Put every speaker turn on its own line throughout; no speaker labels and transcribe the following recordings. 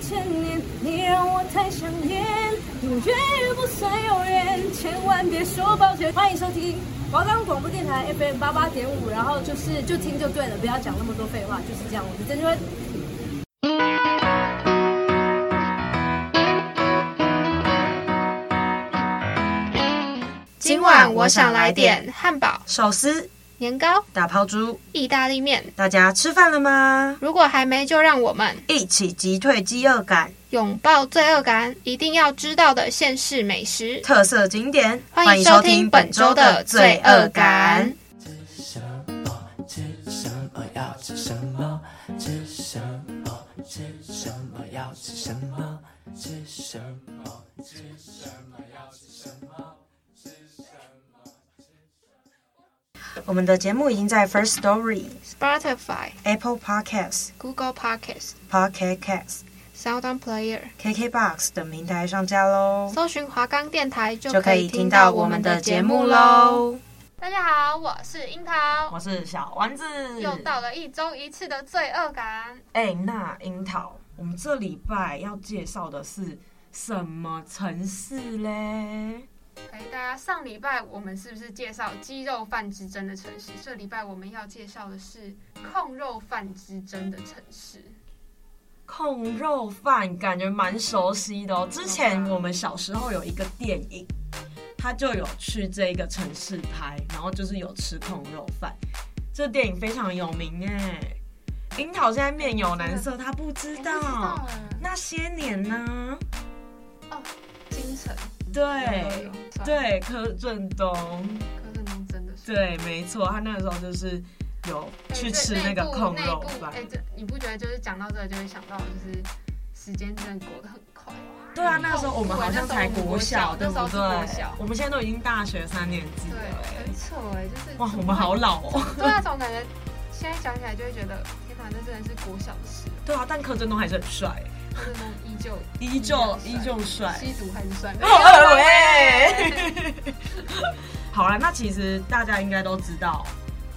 千年，你让我太想念，永远不算永远，千万别说抱歉。欢迎收听华冈广播电台 FM 八八点五，然后就是就听就对了，不要讲那么多废话，就是这样。我是郑钧。
今晚我想来点汉堡、
寿司、
年糕、
打抛猪，
意大利面。
大家吃饭了吗？
如果还没，就让我们
一起击退饥饿感，
拥抱罪恶感，一定要知道的县市美食。
特色景点，
欢迎收听本周的罪恶感。。
吃什么？吃什么？要吃什么？吃什么？吃什么？要吃什么？吃什么？吃什么？要吃什么？
我们的节目已经在 First Story、
Spotify、
Apple Podcasts、
Google Podcasts、
Pocket Casts、
Sound On Player
KKBox 等平台上架喽，
搜寻华冈电台就
就可
可
以
以
听
听
到
到
我
我
们
们
的
的
节
节
目
目喽。
喽。
大家好，我是樱桃
我。是小丸子。
又到了一周一次的罪恶感，
哎，那樱桃，我们这礼拜要介绍的是什么城市嘞？
哎，大家上礼拜我们是不是介绍鸡肉饭之争的城市？这礼拜我们要介绍的是控肉饭之争的城市。
控肉饭感觉蛮熟悉的哦。之前我们小时候有一个电影，他就有去这个城市拍，然后就是有吃控肉饭。这电影非常有名哎。樱桃现在面有难色，他不知
哎不知道
道。
哎
那些年呢？
京城
对
对，
对，柯震东，
柯震东真的是
对，没错，他那个时候就是有
哎
去
对
吃那个
部
控肉
部
饭
哎、。这你不觉得就是讲到这个就会想到就是时间真的过得很快，
对
嗯
啊，那时候我们好像才国小，对
那时
不
候是
对
国小？
我们现在都已经大学三年级
对
了，哎，
没错哎，就是
哇，我们好，老哦。
就那种感觉，现在想起来就会觉得天哪，那真的是国小的事，
对啊，但柯震东还是很帅，
柯震东依旧
依旧依旧帅。
吸毒很酸，
哦哎二位。好了，那其实大家应该都知道，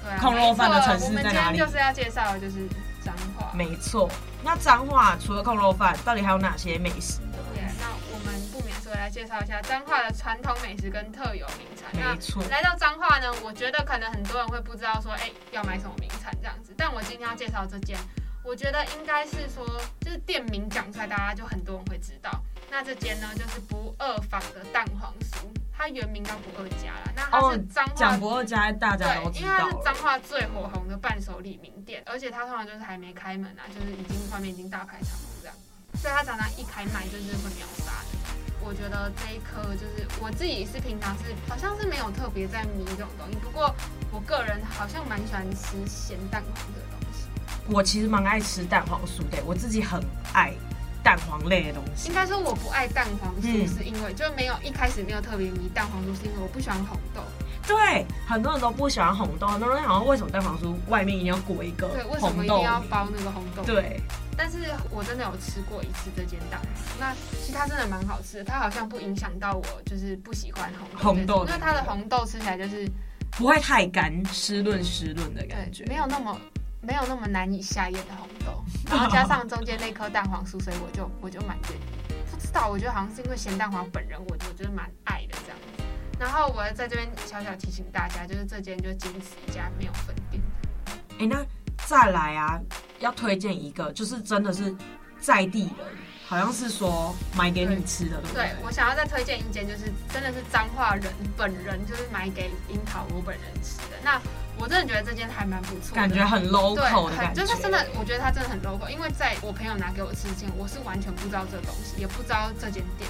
对 啊
控肉饭的城市在哪里
没错我们今天就是要介绍的就是彰化。
没错。那彰化除了控肉饭，到底还有哪些美食呢？
对，那我们不免说来介绍一下彰化的传统美食跟特有名产。那
没错
来到彰化呢，我觉得可能很多人会不知道说，哎、要买什么名产这样子。但我今天要介绍这间，我觉得应该是说，就是店名讲出来，大家就很多人会知道。那这间呢，就是不二坊的蛋黄酥，它原名叫不二家啦。那它是
哦
彰化
蒋博二家大家都知
对，因为它是
道
彰
了，
化最火红的伴手礼名店，而且它通常就是还没开门啊，就是已经外面已经大排长龙这样，所以它常常一开卖就是会秒杀的。我觉得这一颗就是我自己是平常是好像是没有特别在迷这种东西，不过我个人好像蛮喜欢吃咸蛋黄这个东西。
我其实蛮爱吃蛋黄酥的，我自己很爱蛋黄类的东西
应。该说我不爱蛋黄酥，
嗯
是因为就没有一开始没有特别迷蛋黄酥，是因为我不喜欢红豆。
对，很多人都不喜欢红豆，很多人好像为什么蛋黄酥外面一定要裹一个
对，为什么
红
一
豆
定要
泥？
包那个红豆？
对，
但是我真的有吃过一次这间蛋黄酥，那其实它真的蛮好吃的，它好像不影响到我，就是不喜欢红
红豆
豆这件事，因为它的红豆吃起来就是
不会太干，湿润湿润的感觉。
对，没有那么没有那么难以下咽的红豆，然后加上中间那颗蛋黄酥，所以我就我就蛮愿意。不知道，我觉得好像是因为咸蛋黄本人，我我觉得蛮爱的这样子。然后我在这边小小提醒大家，就是这间就仅此一家，没有分店。
哎、那再来啊，要推荐一个，就是真的是在地人，好像是说买给你吃的，对不
对我想要再推荐一间，就是真的是彰化人本人，就是买给樱桃我本人吃的。那我真的觉得这间还蛮不错的，
感觉很
对
local 的
很
感觉，
就是它真的，我觉得它真的很 local，因为在我朋友拿给我吃之前，我是完全不知道这东西，也不知道这间店。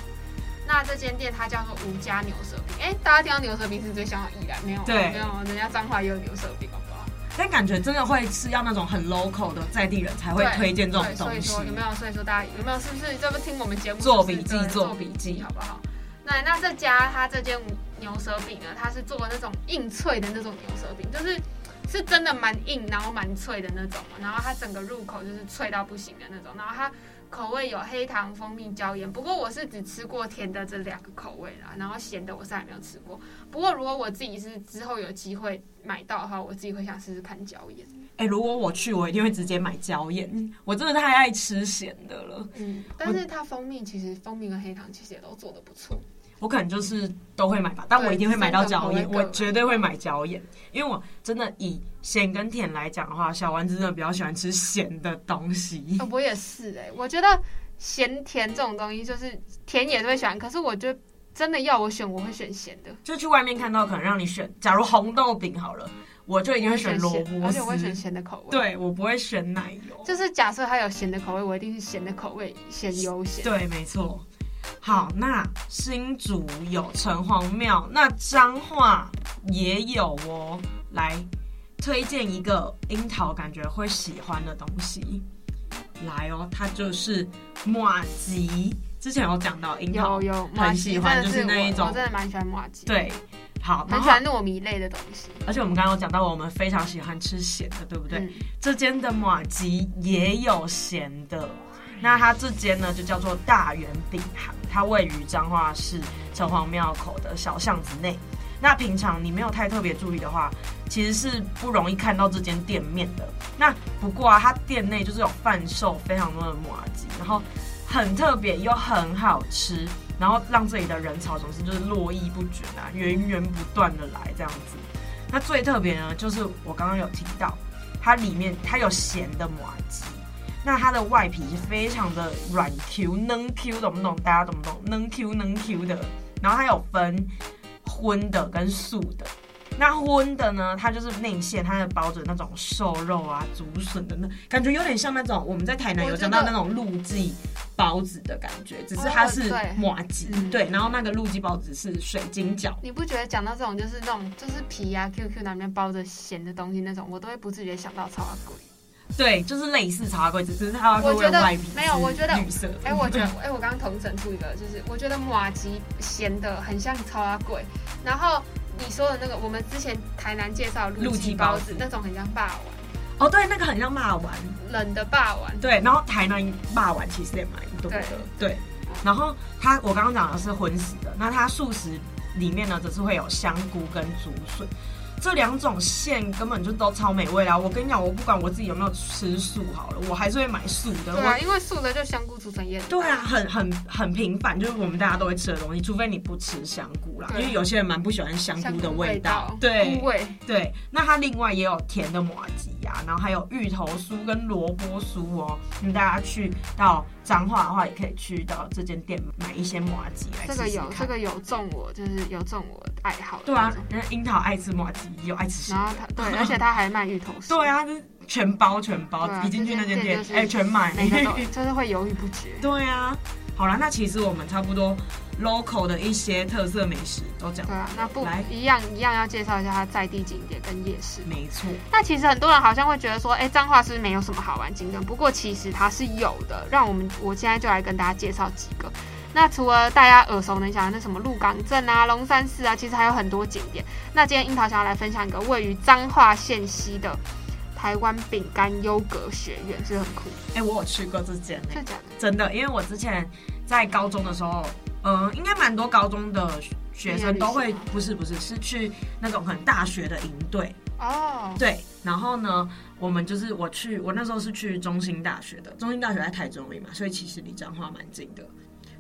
那这间店它叫做吴家牛舌饼，哎，大家听到牛舌饼是最想到宜兰没有？
对
没有，人家彰化也有牛舌饼，好不好？
但感觉真的会是要那种很 local 的在地人才会
对
推荐这种
对，所
东
以
西
说。有没有？所以说大家有没有？是不是这不听我们节目
做
是不是
笔记
对
做
做
笔
笔
记
记好不好？那那这家它这间牛舌饼呢，它是做那种硬脆的那种牛舌饼，就是是真的蛮硬，然后蛮脆的那种，然后它整个入口就是脆到不行的那种，然后它口味有黑糖、蜂蜜、椒盐。不过我是只吃过甜的这两个口味啦，然后咸的我是还没有吃过。不过如果我自己是之后有机会买到的话，我自己会想试试看椒盐。
哎、如果我去，我一定会直接买椒盐，我真的太爱吃咸的了。
嗯，但是它蜂蜜其实蜂蜜跟黑糖其实也都做的不错。
我可能就是都会买吧，但我一定会买到椒盐，
真的不会
我
更
绝对会买椒盐，因为我真的以咸跟甜来讲的话，小丸子真的比较喜欢吃咸的东西。
呃我也是哎、我觉得咸甜这种东西就是甜也是会喜欢，可是我觉得真的要我选，我会选咸的。
就去外面看到可能让你选，假如红豆饼好了，我就一定会选萝
咸
卜
而且我会选
丝，
咸的口味。，
对我不会选奶油。
就是假设它有咸的口味，我一定是咸的口味，咸优先。
对，没错。好，那新竹有城隍庙，那彰化也有哦。来推荐一个樱桃感觉会喜欢的东西，来哦，它就是马吉。之前有讲到樱桃
有，有，麻
很
吉
喜欢，就
真的是
那一
我
种
我真的蛮喜欢麻吉，，
对。好，然
很喜
后
欢糯米类的东西。
而且我们刚刚有讲到，我们非常喜欢吃咸的，对不对？
嗯
这间的马吉也有咸的，那它这间呢就叫做大圆饼行，它位于彰化市城隍庙口的小巷子内。那平常你没有太特别注意的话，其实是不容易看到这间店面的。那不过啊，它店内就是有贩售非常多的马吉，然后很特别又很好吃，然后让这里的人潮总是就是络绎不绝啊，源源不断的来这样子。那最特别呢，就是我刚刚有提到，它里面它有咸的麻吉，那它的外皮是非常的软 Q 嫩 Q，懂不懂？大家懂不懂？嫩 Q 嫩 Q 的，然后它有分荤的跟素的。那荤的呢，它就是内馅，它的包着那种瘦肉啊、竹笋的那感觉，有点像那种我们在台南有讲到
我
那
觉得
种陆记包子的感觉，只是它
哦
是
对
麻吉，
嗯
对，然后那个陆记包子是水晶饺。
你不觉得讲到这种就是那种就是皮呀、QQ 那里面包着咸的东西那种，我都会不自觉想到超阿贵。
对，就是类似茶花龟，只是它花龟
我觉得
的外皮
没有我觉得
是绿色的。
哎、我觉得，哎、我刚刚同整出一个，就是我觉得马吉咸的很像超阿贵，然后你说的那个，我们之前台南介绍的
陆
陆
记
记
包
包子
子
那种很像霸王，
哦，对，那个很像骂丸。
冷的霸王，
对，然后台南骂丸其实也蛮多的。对，然后它我刚刚讲的是荤食的，那它素食里面呢，则是会有香菇跟竹笋。这两种馅根本就都超美味啦！啊我跟你讲，我不管我自己有没有吃素好了，我还是会买素的。
对
我
啊，因为素的就香菇竹笋叶，
对啊，很很很平凡，就是我们大家都会吃的东西，除非你不吃香菇啦，
嗯对啊
因为有些人蛮不喜欢啊香
香
菇
菇
的
味
味道。
菇味，
对，那它另外也有甜的麻吉啊，然后还有芋头酥跟萝卜酥哦。你大家去到彰化的话，也可以去到这间店买一些麻吉来
这
试
个
试
有这
看。
个有中我，就是有中我的爱好的
对啊
那种，
人家樱桃爱吃麻吉，也有爱吃咸
然后
的。
他对，而且他还卖芋头酥，
对，啊，就是全包全包，
对啊
一进去那间店
这间店就，是
哎、全买。
每 个都就是会犹豫不决。
对啊，好啦，那其实我们差不多 local 的一些特色美食都讲
对
完了
啊，那不
来，
一样一样要介绍一下它在地景点跟夜市。
没错，
那其实很多人好像会觉得说，哎、彰化是不是没有什么好玩景点？不过其实它是有的。让我们我现在就来跟大家介绍几个。那除了大家耳熟能详的那什么鹿港镇啊、龙山寺啊，其实还有很多景点。那今天樱桃想要来分享一个位于彰化县西的台湾饼干优格学院，是不是很酷，
哎、我有去过这间、欸
真的，假的？
真的，因为我之前在高中的时候，嗯、应该蛮多高中的学学生都
毕业
会
旅行，
不是不是，是去那种可能大学的营队，
哦，
对，然后呢，我们就是我去，我那时候是去中兴大学的，中兴大学在台中而已嘛，所以其实离彰化蛮近的。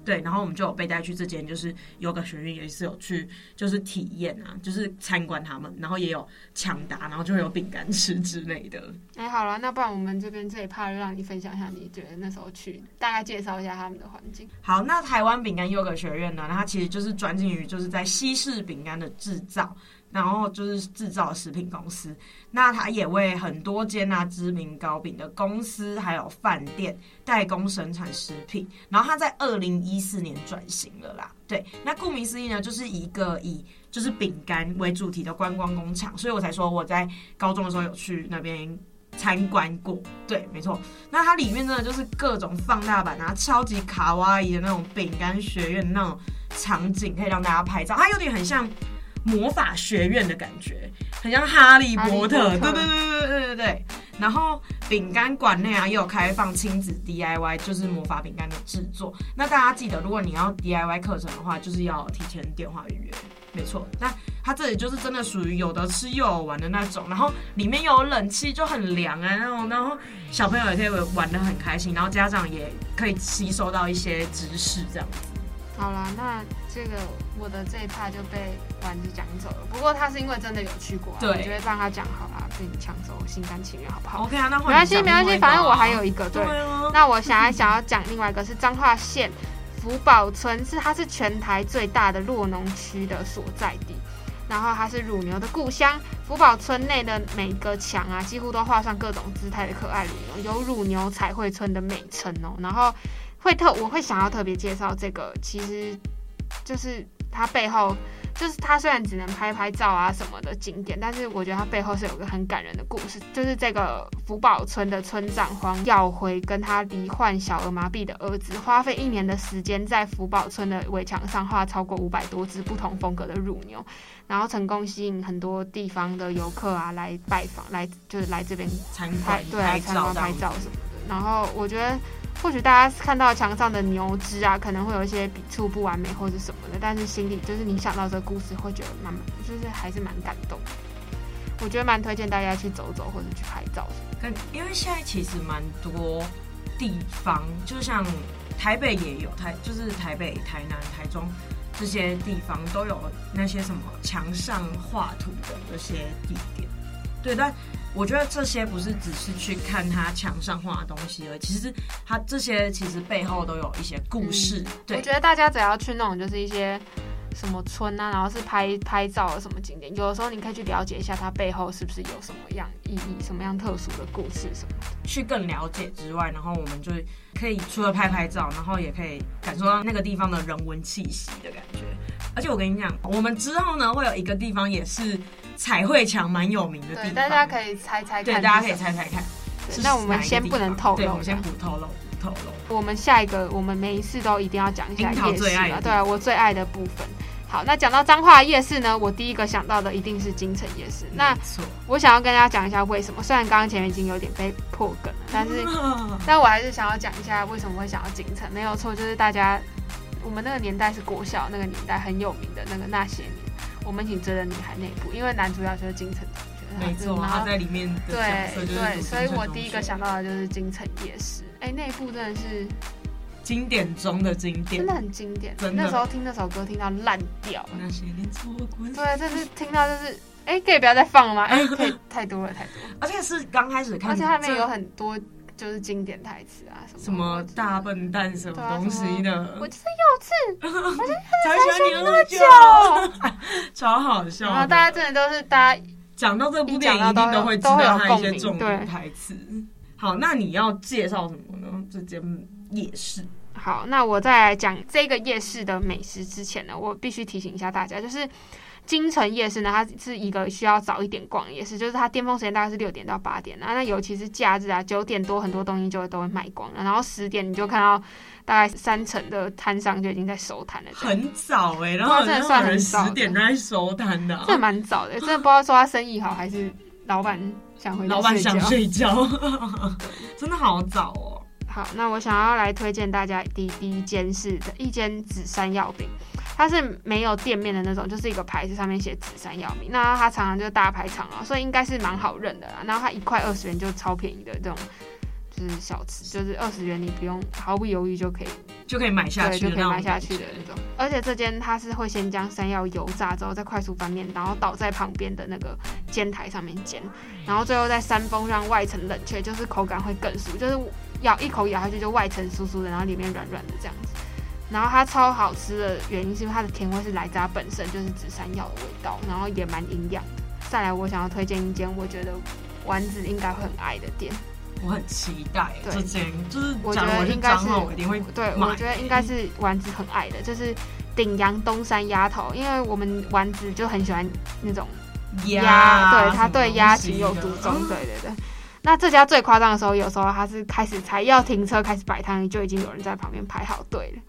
对，然后我们就有被带去这间，就是有个学院也是有去，就是体验啊，就是参观他们，然后也有抢答，然后就会有饼干吃之类的。
哎、好了，那不然我们这边这一趴就让你分享一下，你觉得那时候去大概介绍一下他们的环境。
好，那台湾饼干优格学院呢，它其实就是专精于就是在西式饼干的制造，然后就是制造食品公司。那它也为很多间啊知名糕饼的公司还有饭店代工生产食品。然后它在二零一四年转型了啦。对，那顾名思义呢，就是一个以就是饼干为主题的观光工厂，所以我才说我在高中的时候有去那边参观过。对，没错。那它里面真的就是各种放大版啊，超级卡哇伊的那种饼干学院那种场景，可以让大家拍照。它有点很像魔法学院的感觉，很像哈利波特。
哈利波
对
特
对对对对对对。然后饼干馆内啊，也有开放亲子 DIY，就是魔法饼干的制作。那大家记得，如果你要 DIY 课程的话，就是要提前电话预约。没错。那它这里就是真的属于有的吃又有玩的那种，然后里面又有冷气，就很凉啊那种，然后小朋友也可以玩的很开心，然后家长也可以吸收到一些知识这样子。
好啦，那这个我的这一趴就被丸子讲走了。不过他是因为真的有去过、啊，
对
我就会帮他讲好啦，被你抢走，我心甘情愿，好不好？
OK 啊，那
没关
换你
系，
讲
没关
另外一
系，
个啊
反正我还有一个，对
对。啊，
那我想要想要讲另外一个是彰化县福宝村，是它是全台最大的落农区的所在地，然后它是乳牛的故乡。福宝村内的每个墙啊，几乎都画上各种姿态的可爱乳牛，有乳牛彩绘村的美称哦。然后会特我会想要特别介绍这个，其实就是它背后。就是它虽然只能拍拍照啊什么的景点，但是我觉得它背后是有个很感人的故事，就是这个福宝村的村长黄耀辉跟他罹患小儿麻痹的儿子，花费一年的时间在福宝村的围墙上画超过五百多只不同风格的乳牛，然后成功吸引很多地方的游客啊来拜访，来就是来这边
餐
拍
馆
对啊，参观
这样
拍
子
照什么的。然后我觉得，或许大家看到墙上的牛只啊，可能会有一些笔触不完美或者什么的，但是心里就是你想到这个故事，会觉得蛮就是还是蛮感动的。我觉得蛮推荐大家去走走或者去拍照什么
跟因为现在其实蛮多地方，就像台北也有台，就是台北、台南、台中这些地方都有那些什么墙上画图的这些地点。对，但我觉得这些不是只是去看它墙上画的东西而已，其实它这些其实背后都有一些故事。
的。
对
我觉，得大家只要去那种就是一些。什么村啊，然后是拍拍照的什么景点，有的时候你可以去了解一下它背后是不是有什么样意义、什么样特殊的故事什么的。
去更了解之外，然后我们就可以除了拍拍照，然后也可以感受到那个地方的人文气息的感觉。而且我跟你讲，我们之后呢会有一个地方也是彩绘墙蛮有名的地
对，
方，
大家可以猜猜看。
对大家可以。猜猜看。
对
是
那我们
哪一个
先
地
不能
方
透
对，
露
我们先
这
不透露，不透露。
我们下一个，我们每一次都一定要讲一下
樱桃
夜市
最爱
啊，
的
对啊，我最爱的部分。好，那讲到彰化夜市呢，我第一个想到的一定是金城夜市。那
没错，
我想要跟大家讲一下为什么，虽然刚刚前面已经有点被破梗了，
嗯
但是嗯但我还是想要讲一下为什么会想要金城。没有错，就是大家我们那个年代是国小那个年代很有名的那个那些年，我们请追的女孩那一部，因为男主角就是金城同学，
没错，
然后
他在里面的角色
对
就是
对，
独
所以
身
我
中
第一
学
个想到的就是金城夜市。哎，那一部真的是
经典中的经典，
真的很经典。
真的
那时候听那首歌听到烂掉了，
那些年错过。
对，这是听到就是，哎，可以不要再放 了吗？哎，可以，太多了，太多了。
而且是刚开始看，
而且它里面有很多就是经典台词啊，什么
什么大笨蛋什么东西的，
我就是幼稚。
才喜欢你那么久，超好笑的。
然后啊大家真的都是大家
讲到这部电影，一定都会知道它一些重点台词。好，那你要介绍什么呢？这间夜市，
好，那我再来讲这个夜市的美食之前呢，我必须提醒一下大家，就是京城夜市呢，它是一个需要早一点逛的夜市，就是它巅峰时间大概是六点到八点啊，那尤其是假日啊，九点多很多东西就会都会卖光了，然后十点你就看到大概三成的摊商就已经在收摊了，这样
很早哎、然后好像有人十点就在收摊的、啊
真的蛮早的，真的不知道说他生意好还是老板想回家
老板
睡觉
想睡觉， 真的好早哦。
好，那我想要来推荐大家第第一间是的一间紫山药饼，它是没有店面的那种，就是一个牌子上面写紫山药饼，那它常常就大排长龙，所以应该是蛮好认的啦。然后它一块二十元就超便宜的这种。就是小吃，就是二十元，你不用毫不犹豫就可以，
就可以买下
对，
去，
就可以买下去的那种。而且这间它是会先将山药油炸之后，再快速翻面，然后倒在旁边的那个煎台上面煎，然后最后再扇风让外层冷却，就是口感会更酥，就是咬一口咬下去就外层酥酥的，然后里面软软的这样子。然后它超好吃的原因是因为它的甜味是来自它本身就是紫山药的味道，然后也蛮营养的。再来，我想要推荐一间我觉得丸子应该会很爱的店，
我很期待欸这间，就是
我觉
讲我
得
是
应该
张
是
浩，我一定会
对，
买
我觉得应该是丸子很爱的，就是顶阳东山鸭头，因为我们丸子就很喜欢那种
啊
鸭，对他对鸭情有 独钟，对对对。那这家最夸张的时候，有时候他是开始才要停车，开始摆摊，就已经有人在旁边排好队了。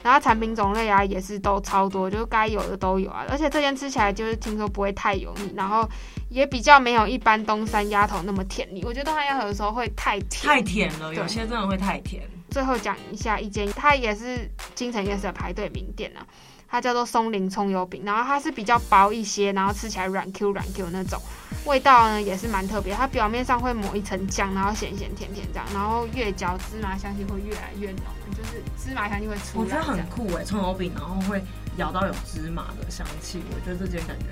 然后产品种类啊，也是都超多，就是该有的都有啊。而且这间吃起来就是听说不会太油腻，然后也比较没有一般东山鸭头那么甜腻。我觉得东山鸭头有时候会太甜，
太甜了，有
对
些真的会太甜。
最后讲一下一间，它也是京城夜市的排队名店啊。它叫做松林葱油饼，然后它是比较薄一些，然后吃起来软 Q 软 Q 那种，味道呢也是蛮特别。它表面上会抹一层酱，然后咸咸甜甜这样，然后越嚼芝麻香气会越来越浓，就是芝麻香气会出
我
来。
觉
这
得很
样。
酷哎、葱油饼，然后会咬到有芝麻的香气，我觉得这间感觉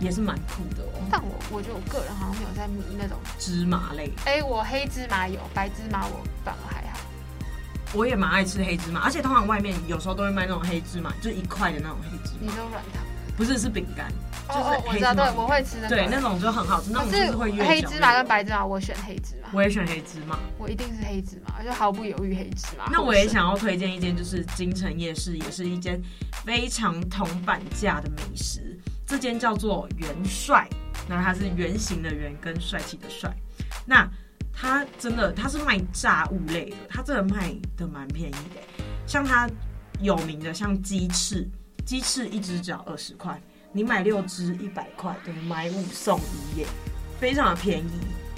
也是蛮酷的哦。
但我我觉得我个人好像没有在迷那种，
芝麻类，
哎、我黑芝麻有，白芝麻我反而还好。
我也蛮爱吃黑芝麻，而且通常外面有时候都会卖那种黑芝麻，就是一块的那种黑芝
你
麻，
说软糖？
不是是饼干，就
哦
是
哦，我
黑
知
芝麻
道，对，我会吃那个。
对，那种就很好吃，那
可
种就是会越
黑
嚼
芝
越
麻跟白芝麻，我选黑芝麻，
我也选黑芝麻。
我一定是黑芝麻，就毫不犹豫黑芝麻。
那我也想要推荐一间，就是京城夜市，也是一间非常铜板价的美食。这间叫做元帅，那它是圆形的圆跟帅气的帅。那它真的，它是卖炸物类的，它真的卖的蛮便宜的。像它有名的，像鸡翅，鸡翅一只只要二十块，你买六只一百块，等于买五送一耶，非常的便宜。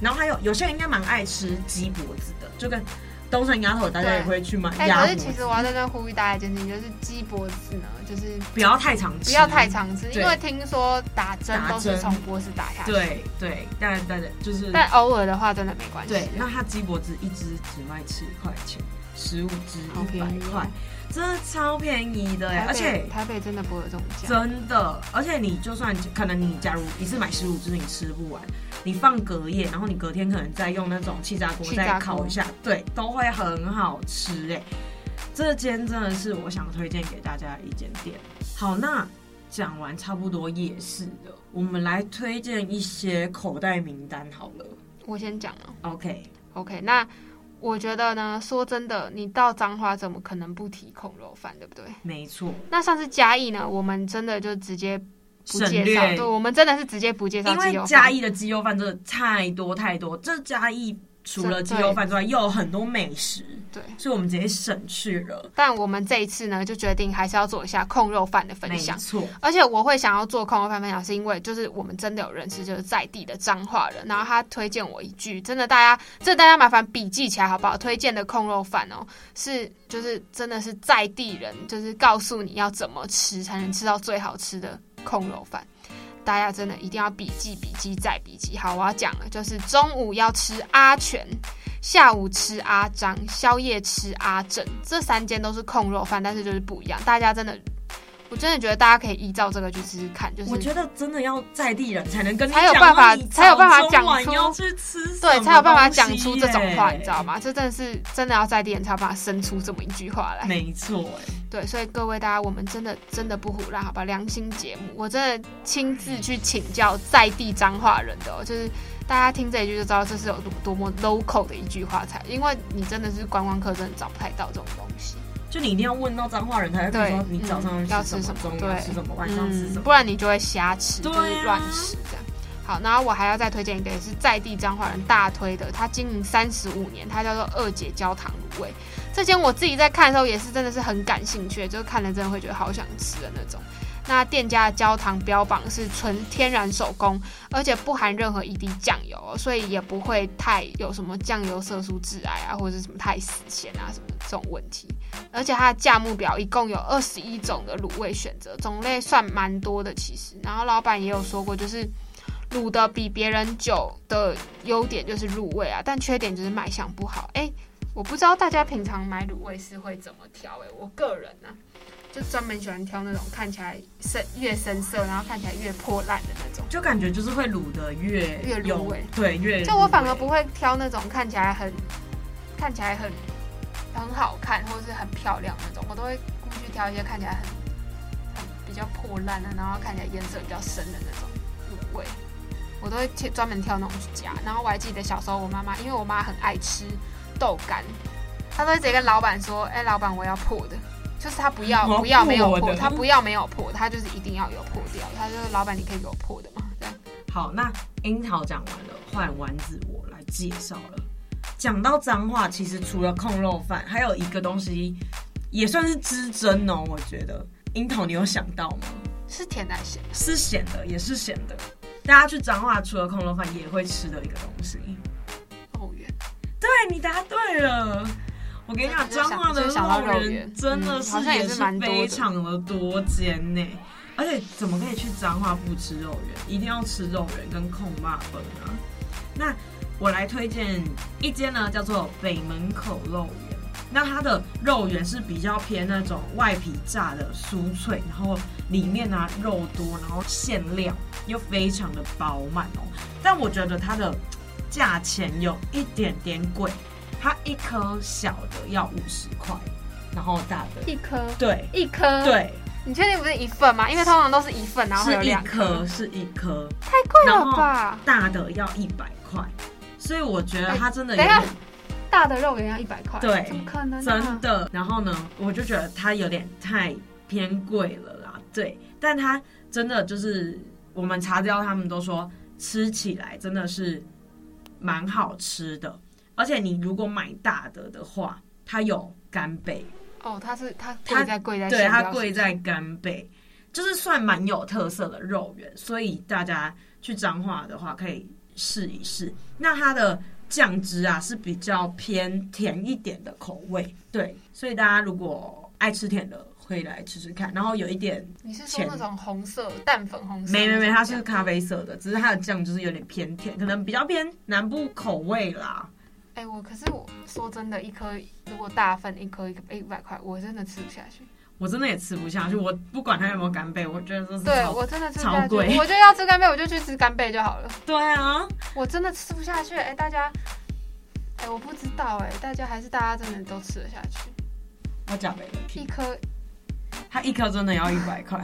然后还有有些人应该蛮爱吃鸡脖子的，就跟东山鸭头，大家也会去买
哎、
鸭
可
脖
是其实
子，
我要在这呼吁大家一件事情，就是鸡脖子呢，就是
不要太常吃，
不要太常吃，
对
因为听说打针
打
都是
针
从脖子打下去。。
对对，但但就是
但偶尔的话，真的没关系。
对，那它鸡脖子一只只卖七块钱，十五只
好
一
便
百
宜哦
块，真的超便宜的耶！
台
而
北
且
台北真的不会有这种价。
真的，而且你就算可能你假如一次买十五只你吃不完，你放隔夜，然后你隔天可能再用那种气炸锅
气炸
再
锅
烤一下，对，都会很好吃哎。这间真的是我想推荐给大家的一间店。好，那讲完差不多夜市的，我们来推荐一些口袋名单好了。
我先讲了
OK，
，OK，那。我觉得呢，说真的，你到彰化怎么可能不提孔肉饭，对不对？
没错，
那上次嘉义呢，我们真的就直接不
省
介
略
绍，对，我们真的是直接不介绍
因
鸡
为
油饭
嘉义的鸡肉饭真的太多太多，这嘉义除了鸡肉饭之外，又有很多美食，
对。
所以我们直接省去了。
但我们这一次呢，就决定还是要做一下控肉饭的分
没
享。
错，
而且我会想要做控肉饭分享，是因为就是我们真的有认识就是在地的彰化人，然后他推荐我一句，真的大家这大家麻烦笔记起来好不好？推荐的控肉饭哦，是就是真的是在地人，就是告诉你要怎么吃才能吃到最好吃的控肉饭。大家真的一定要笔记笔记再笔记。好，我要讲了，就是中午要吃阿全，下午吃阿张，宵夜吃阿正，这三间都是控肉饭，但是就是不一样。大家真的，我真的觉得大家可以依照这个去试试看，就是
我觉得真的要在地人才能跟你
才有
讲
办法
说你
才有办法
早中晚
讲出
要去吃什么
对才有办法
东西
讲出这种话，
耶
你知道？吗？这真的是真的要在地人才有办法生出这么一句话来。
没错，哎
对，所以各位大家，我们真的真的不胡乱，好吧？良心节目，我真的亲自去请教在地彰化人的、哦，就是大家听这一句就知道这是有多多么 local 的一句话才，因为你真的是观光客，真的找不太到这种东西。
就你一定要问到彰化人，才会跟你说
对
你早上
嗯要
吃
吃
什
什
么，
么
中午要
对嗯
吃什么，晚上吃什么。
不然你就会瞎吃，
嗯对
就
啊
是乱吃这样。好，然后我还要再推荐一个，也是在地彰化人大推的，它经营三十五年，它叫做二姐焦糖卤味。这间我自己在看的时候也是真的是很感兴趣，就是看了真的会觉得好想吃的那种。那店家的焦糖标榜是纯天然手工，而且不含任何一滴酱油哦、所以也不会太有什么酱油色素致癌啊，或者是什么太死咸啊什么这种问题。而且它的价目表一共有二十一种的卤味选择，种类算蛮多的其实。然后老板也有说过，就是卤的比别人久的优点就是入味啊，但缺点就是卖相不好。哎，我不知道大家平常买卤味是会怎么挑、哎，我个人呢、就专门喜欢挑那种看起来深越深色，然后看起来越破烂的那种。
就感觉就是会卤的越
越入
有
味
对越欸
就我反
入
而
味
不会挑那种看起来很看起来很很好看或者是很漂亮那种，我都会故意去挑一些看起来很很比较破烂的，然后看起来颜色比较深的那种卤味。我都会挑专门挑那种去夹，然后我还记得小时候我妈妈，因为我妈很爱吃豆干，她都会直接跟老板说：“哎、老板，我要破的。”就是她不要
我要
不要没有
哦破
破，
的
她不要没有破，她就是一定要有破掉。她就是老板，你可以给我破的嘛，这样。
好，那樱桃讲完了，换丸子我来介绍了。讲到脏话，其实除了控肉饭，还有一个东西也算是之争哦。我觉得樱桃，你有想到吗？
是甜的还是咸的？
是咸的，也是咸的。大家去彰化除了控肉饭也会吃的一个东西。
哦，原
对你答对了，我跟你讲，
真
彰
的就
化的
想就想到
肉
肉
圆
圆
真的
嗯
是
好像也
也
是蛮多的
非常的多间呢、而且怎么可以去彰化不吃肉圆？一定要吃肉圆跟控霸粉啊！那我来推荐一间呢，叫做北门口肉圆。那它的肉圆是比较偏那种外皮炸的酥脆，然后里面啊肉多，然后馅料又非常的饱满哦。但我觉得它的价钱有一点点贵，它一颗小的要五十块，然后大的
一颗，
对
一颗，，
对
你确定不是一份吗？因为通常都是一份，然后会有
是一
两颗，
颗是一颗，
太贵
然
了
后
吧？
大的要一百块，所以我觉得它真的有
哎等一下
点
大的肉圆要一百块，
对
怎么可能、啊？
真的。然后呢，我就觉得它有点太偏贵了啦。对，但它真的就是我们查资料，他们都说吃起来真的是蛮好吃的。而且你如果买大的的话，它有干贝，
哦，它是它
它
贵在贵在
对，
馅
它
料
贵
是
在干贝，就是算蛮有特色的肉圆，所以大家去彰化的话可以试一试。那它的酱汁啊是比较偏甜一点的口味，对，所以大家如果爱吃甜的，可以来吃吃看。然后有一点
你是说
浅
那种红色淡粉红色那
没
种酱？
没没，它是咖啡色的，只是它的酱就是有点偏甜，可能比较偏南部口味啦。
哎、我可是我说真的，一颗如果大份一颗一一百块，我真的吃不下去。
我真的也吃不下去，我不管它有没有干贝，我觉得这是
对
超
我真的吃不
超
下去，
贵
我就要吃干贝，我就去吃干贝就好了。
对啊，
我真的吃不下去，哎、大家，哎、我不知道、哎，大家还是大家真的都吃得下去，
我讲没问题
一。颗，
它一颗真的要一百块，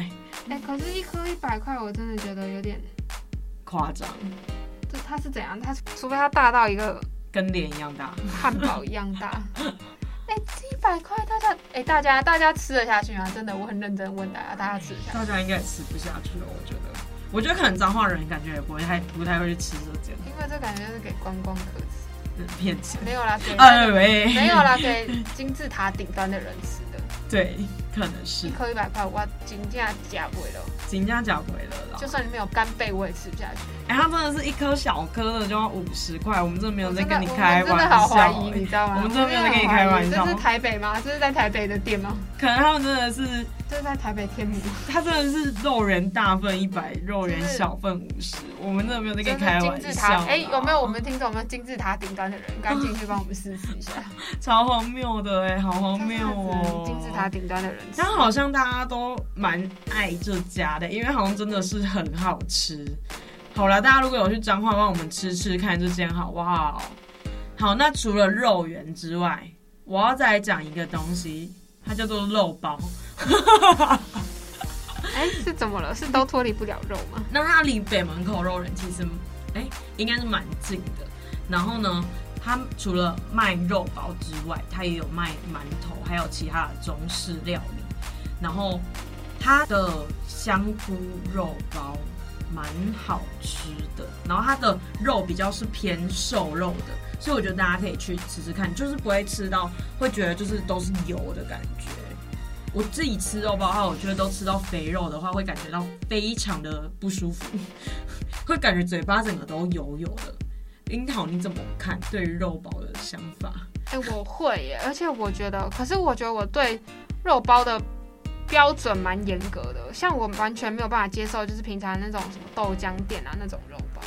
哎、可是一颗一百块，我真的觉得有点，
夸张，
这它是怎样？它除非它大到一个
跟脸一样大。
汉堡一样大，哎、这一百块，大家，哎、大家大家吃得下去吗？真的，我很认真问大家，大家吃得下去吗？
大家应该也吃不下去了，我觉得。我觉得可能彰化人感觉也不会太不太会去吃这间
因为这感觉就是给观光客吃，
嗯骗钱。
没有啦，给
哎喂，
没有啦，给金字塔顶端的人吃的，
对，可能是
一颗一百块，我金价价不了，
金价讲回了啦
就。算里面有干贝，我也吃不下去。
哎、它真的是一颗小颗的就要五十块，我们真的没有
我
在
真
跟
的，
你
我
开
们真的好
玩
怀
笑、
疑，你
欸
知道吗？
我们真的没有在跟你
我真的
开
很怀
玩
疑
笑
这是台北吗？这是在台北的店吗？
可能哎他们真的是，
这是在台北天母吗？
他真的是肉圆大份一百，肉圆小份五十，我们真的没有在跟
真
你开
的
玩
金字
笑
塔
啦。，
哎，有没有我们听众有没有金字塔顶端的人？赶紧去帮我们试试一下，
超荒谬的哎、好荒谬哦、
金字塔顶端的人吃
但。好像大家都蛮爱这家的，因为好像真的是很好吃。好啦，大家如果有去彰化，帮我们吃吃看这间好不好？好，那除了肉圆之外，我要再来讲一个东西，它叫做肉包。
哎，是怎么了？是都脱离不了肉吗？
那它离北门口肉人其实，哎、应该是蛮近的。然后呢，它除了卖肉包之外，它也有卖馒头，还有其他的中式料理。然后它的香菇肉包蛮好吃的，然后它的肉比较是偏瘦肉的，所以我觉得大家可以去吃吃看，就是不会吃到会觉得就是都是油的感觉。我自己吃肉包的话，我觉得都吃到肥肉的话，会感觉到非常的不舒服， 会感觉嘴巴整个都油油的。樱桃，你怎么看对于肉包的想法？
哎、我会耶，而且我觉得，可是我觉得我对肉包的标准蛮严格的，像我完全没有办法接受，就是平常那种什么豆浆店啊那种肉包，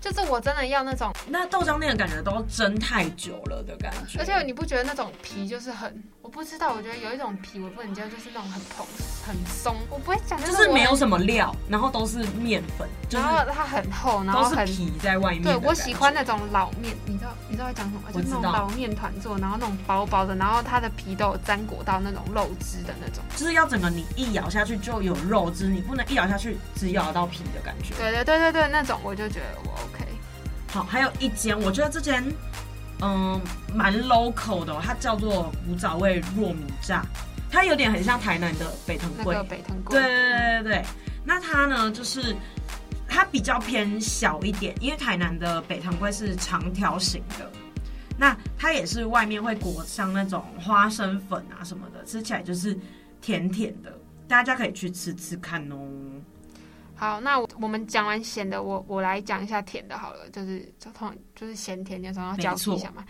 就是我真的要那种，
那豆浆店的感觉都蒸太久了的感觉，
而且你不觉得那种皮就是很，我不知道，我觉得有一种皮我不能接受，就是那种很蓬很松，我不会讲，但
就是
我
没有
很，
什么料，然后都是面粉，就是
然后它很厚，然后
都是
很。
皮在外面的
对，
感觉。
我喜欢那种老面，你知道你知道在讲什么吗？
我
就
知
是
道
那种老面团做，然后那种薄薄的，然后它的皮都有沾裹到那种肉汁的那种。
就是要整个你一咬下去就有肉汁，你不能一咬下去只咬到皮的感觉。
对对对对对，那种我就觉得我 OK。
好，还有一间，我觉得这间嗯蛮 local 的哦、它叫做古早味糯米炸，它有点很像台南的北藤
那
贵
个，北藤贵，
对对对对，那它呢就是它比较偏小一点，因为台南的北糖龟是长条形的，那它也是外面会裹上那种花生粉啊什么的，吃起来就是甜甜的，大家可以去吃吃看哦。
好，那我我们讲完咸的，我我来讲一下甜的好了，就是就通就是咸甜，你有常要交替一下嘛。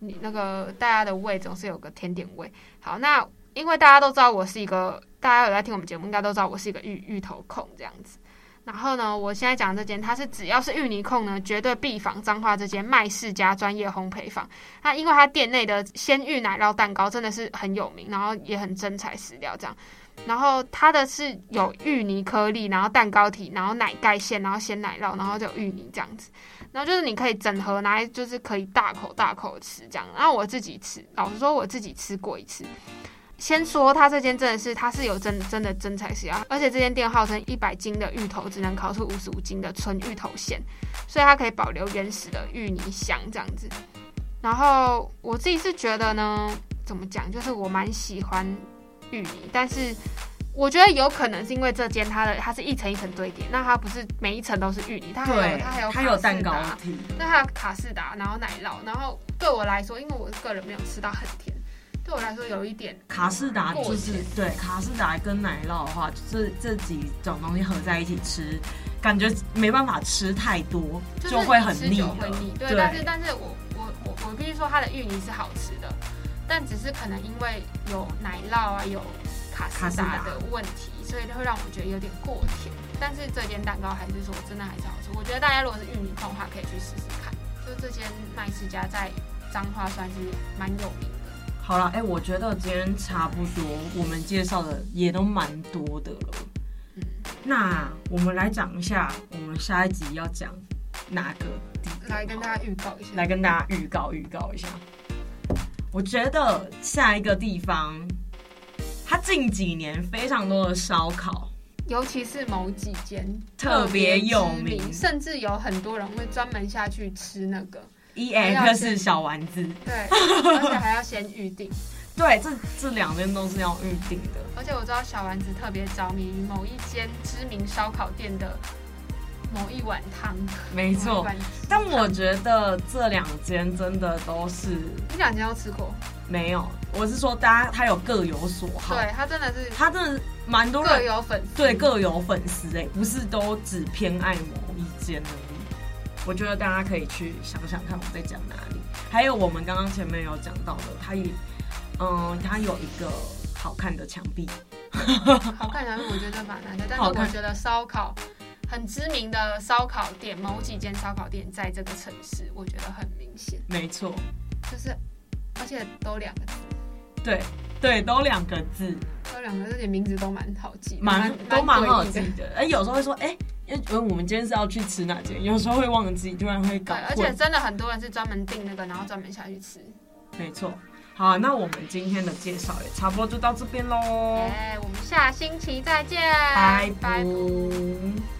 你那个大家的胃总是有个甜点胃。好，那因为大家都知道我是一个，大家有在听我们节目，应该都知道我是一个芋芋头控这样子。然后呢，我现在讲的这间，它是只要是芋泥控呢，绝对必访彰化这间麦世家专业烘焙坊。那因为它店内的鲜芋奶酪蛋糕真的是很有名，然后也很真材实料这样。然后它的是有芋泥颗粒，然后蛋糕体，然后奶盖馅，然后鲜奶酪，然后就有芋泥这样子。然后就是你可以整盒拿来，就是可以大口大口吃这样。然后我自己吃，老实说我自己吃过一次。先说它这间真的是，它是有真真的真材实料，而且这间店号称一百斤的芋头只能烤出五十五斤的纯芋头馅，所以它可以保留原始的芋泥香这样子。然后我自己是觉得呢，怎么讲，就是我蛮喜欢芋泥，但是我觉得有可能是因为这间它的它是一层一层堆叠，那它不是每一层都是芋泥，它还有
对
它还有，
它有蛋糕
卡士达
体，
那还有卡士达，然后奶酪，然后对我来说，因为我个人没有吃到很甜，对我来说有一点
卡士达
嗯过
就是
甜
对卡士达跟奶酪的话，就是这几种东西合在一起吃，感觉没办法吃太多，
就是
会很
你吃
腻
久
了
会腻。对，但是但是我我我我必须说它的芋泥是好吃的，但只是可能因为有奶酪啊有卡
卡
士
士
达
达
的问题，所以会让我觉得有点过甜。但是这间蛋糕还是说真的还是好吃，我觉得大家如果是芋泥控的话，可以去试试看。就这间麦世家在彰化算是蛮有名的。
好了，哎、我觉得今天差不多，我们介绍的也都蛮多的了。
嗯
那我们来讲一下，我们下一集要讲哪个地点
来跟
好了
大家预告一下，
来跟大家预告预告一下。我觉得下一个地方，它近几年非常多的烧烤，
尤其是某几间
特别有
知
名
甚至有很多人会专门下去吃那个，
E
要
X
先
小丸子，
对， 而且还要先预定。
对，这这两边都是要预定的。
而且我知道小丸子特别着迷于某一间知名烧烤店的某一碗汤，
没
某一
错
碗，
但我觉得这两间真的都是
你两间都吃过，
没有，我是说大家他有各有所好，
对，它真的是
他真的蛮多
各
人
有粉丝，
对各有粉丝哎、不是都只偏爱某一间而已。我觉得大家可以去想想看我在讲哪里。还有我们刚刚前面有讲到的，它也，嗯，它有一个好看的墙壁，
好看然后我觉得蛮难的，但是
好看
我觉得烧烤很知名的烧烤店，某几间烧烤店在这个城市，我觉得很明显，
没错，
就是而且都两个字，
对对，都两个字，
都两个字，连名字都蛮好记，
蛮都蛮好记
诡异的。
的。哎，有时候会说，哎、因为我们今天是要去吃哪间，有时候会忘记，突然会搞
对，而且
混。
真的很多人是专门订那个，然后专门下去吃。
没错，好，啊那我们今天的介绍也差不多就到这边喽，
耶，我们下星期再见，
哦拜
拜
拜。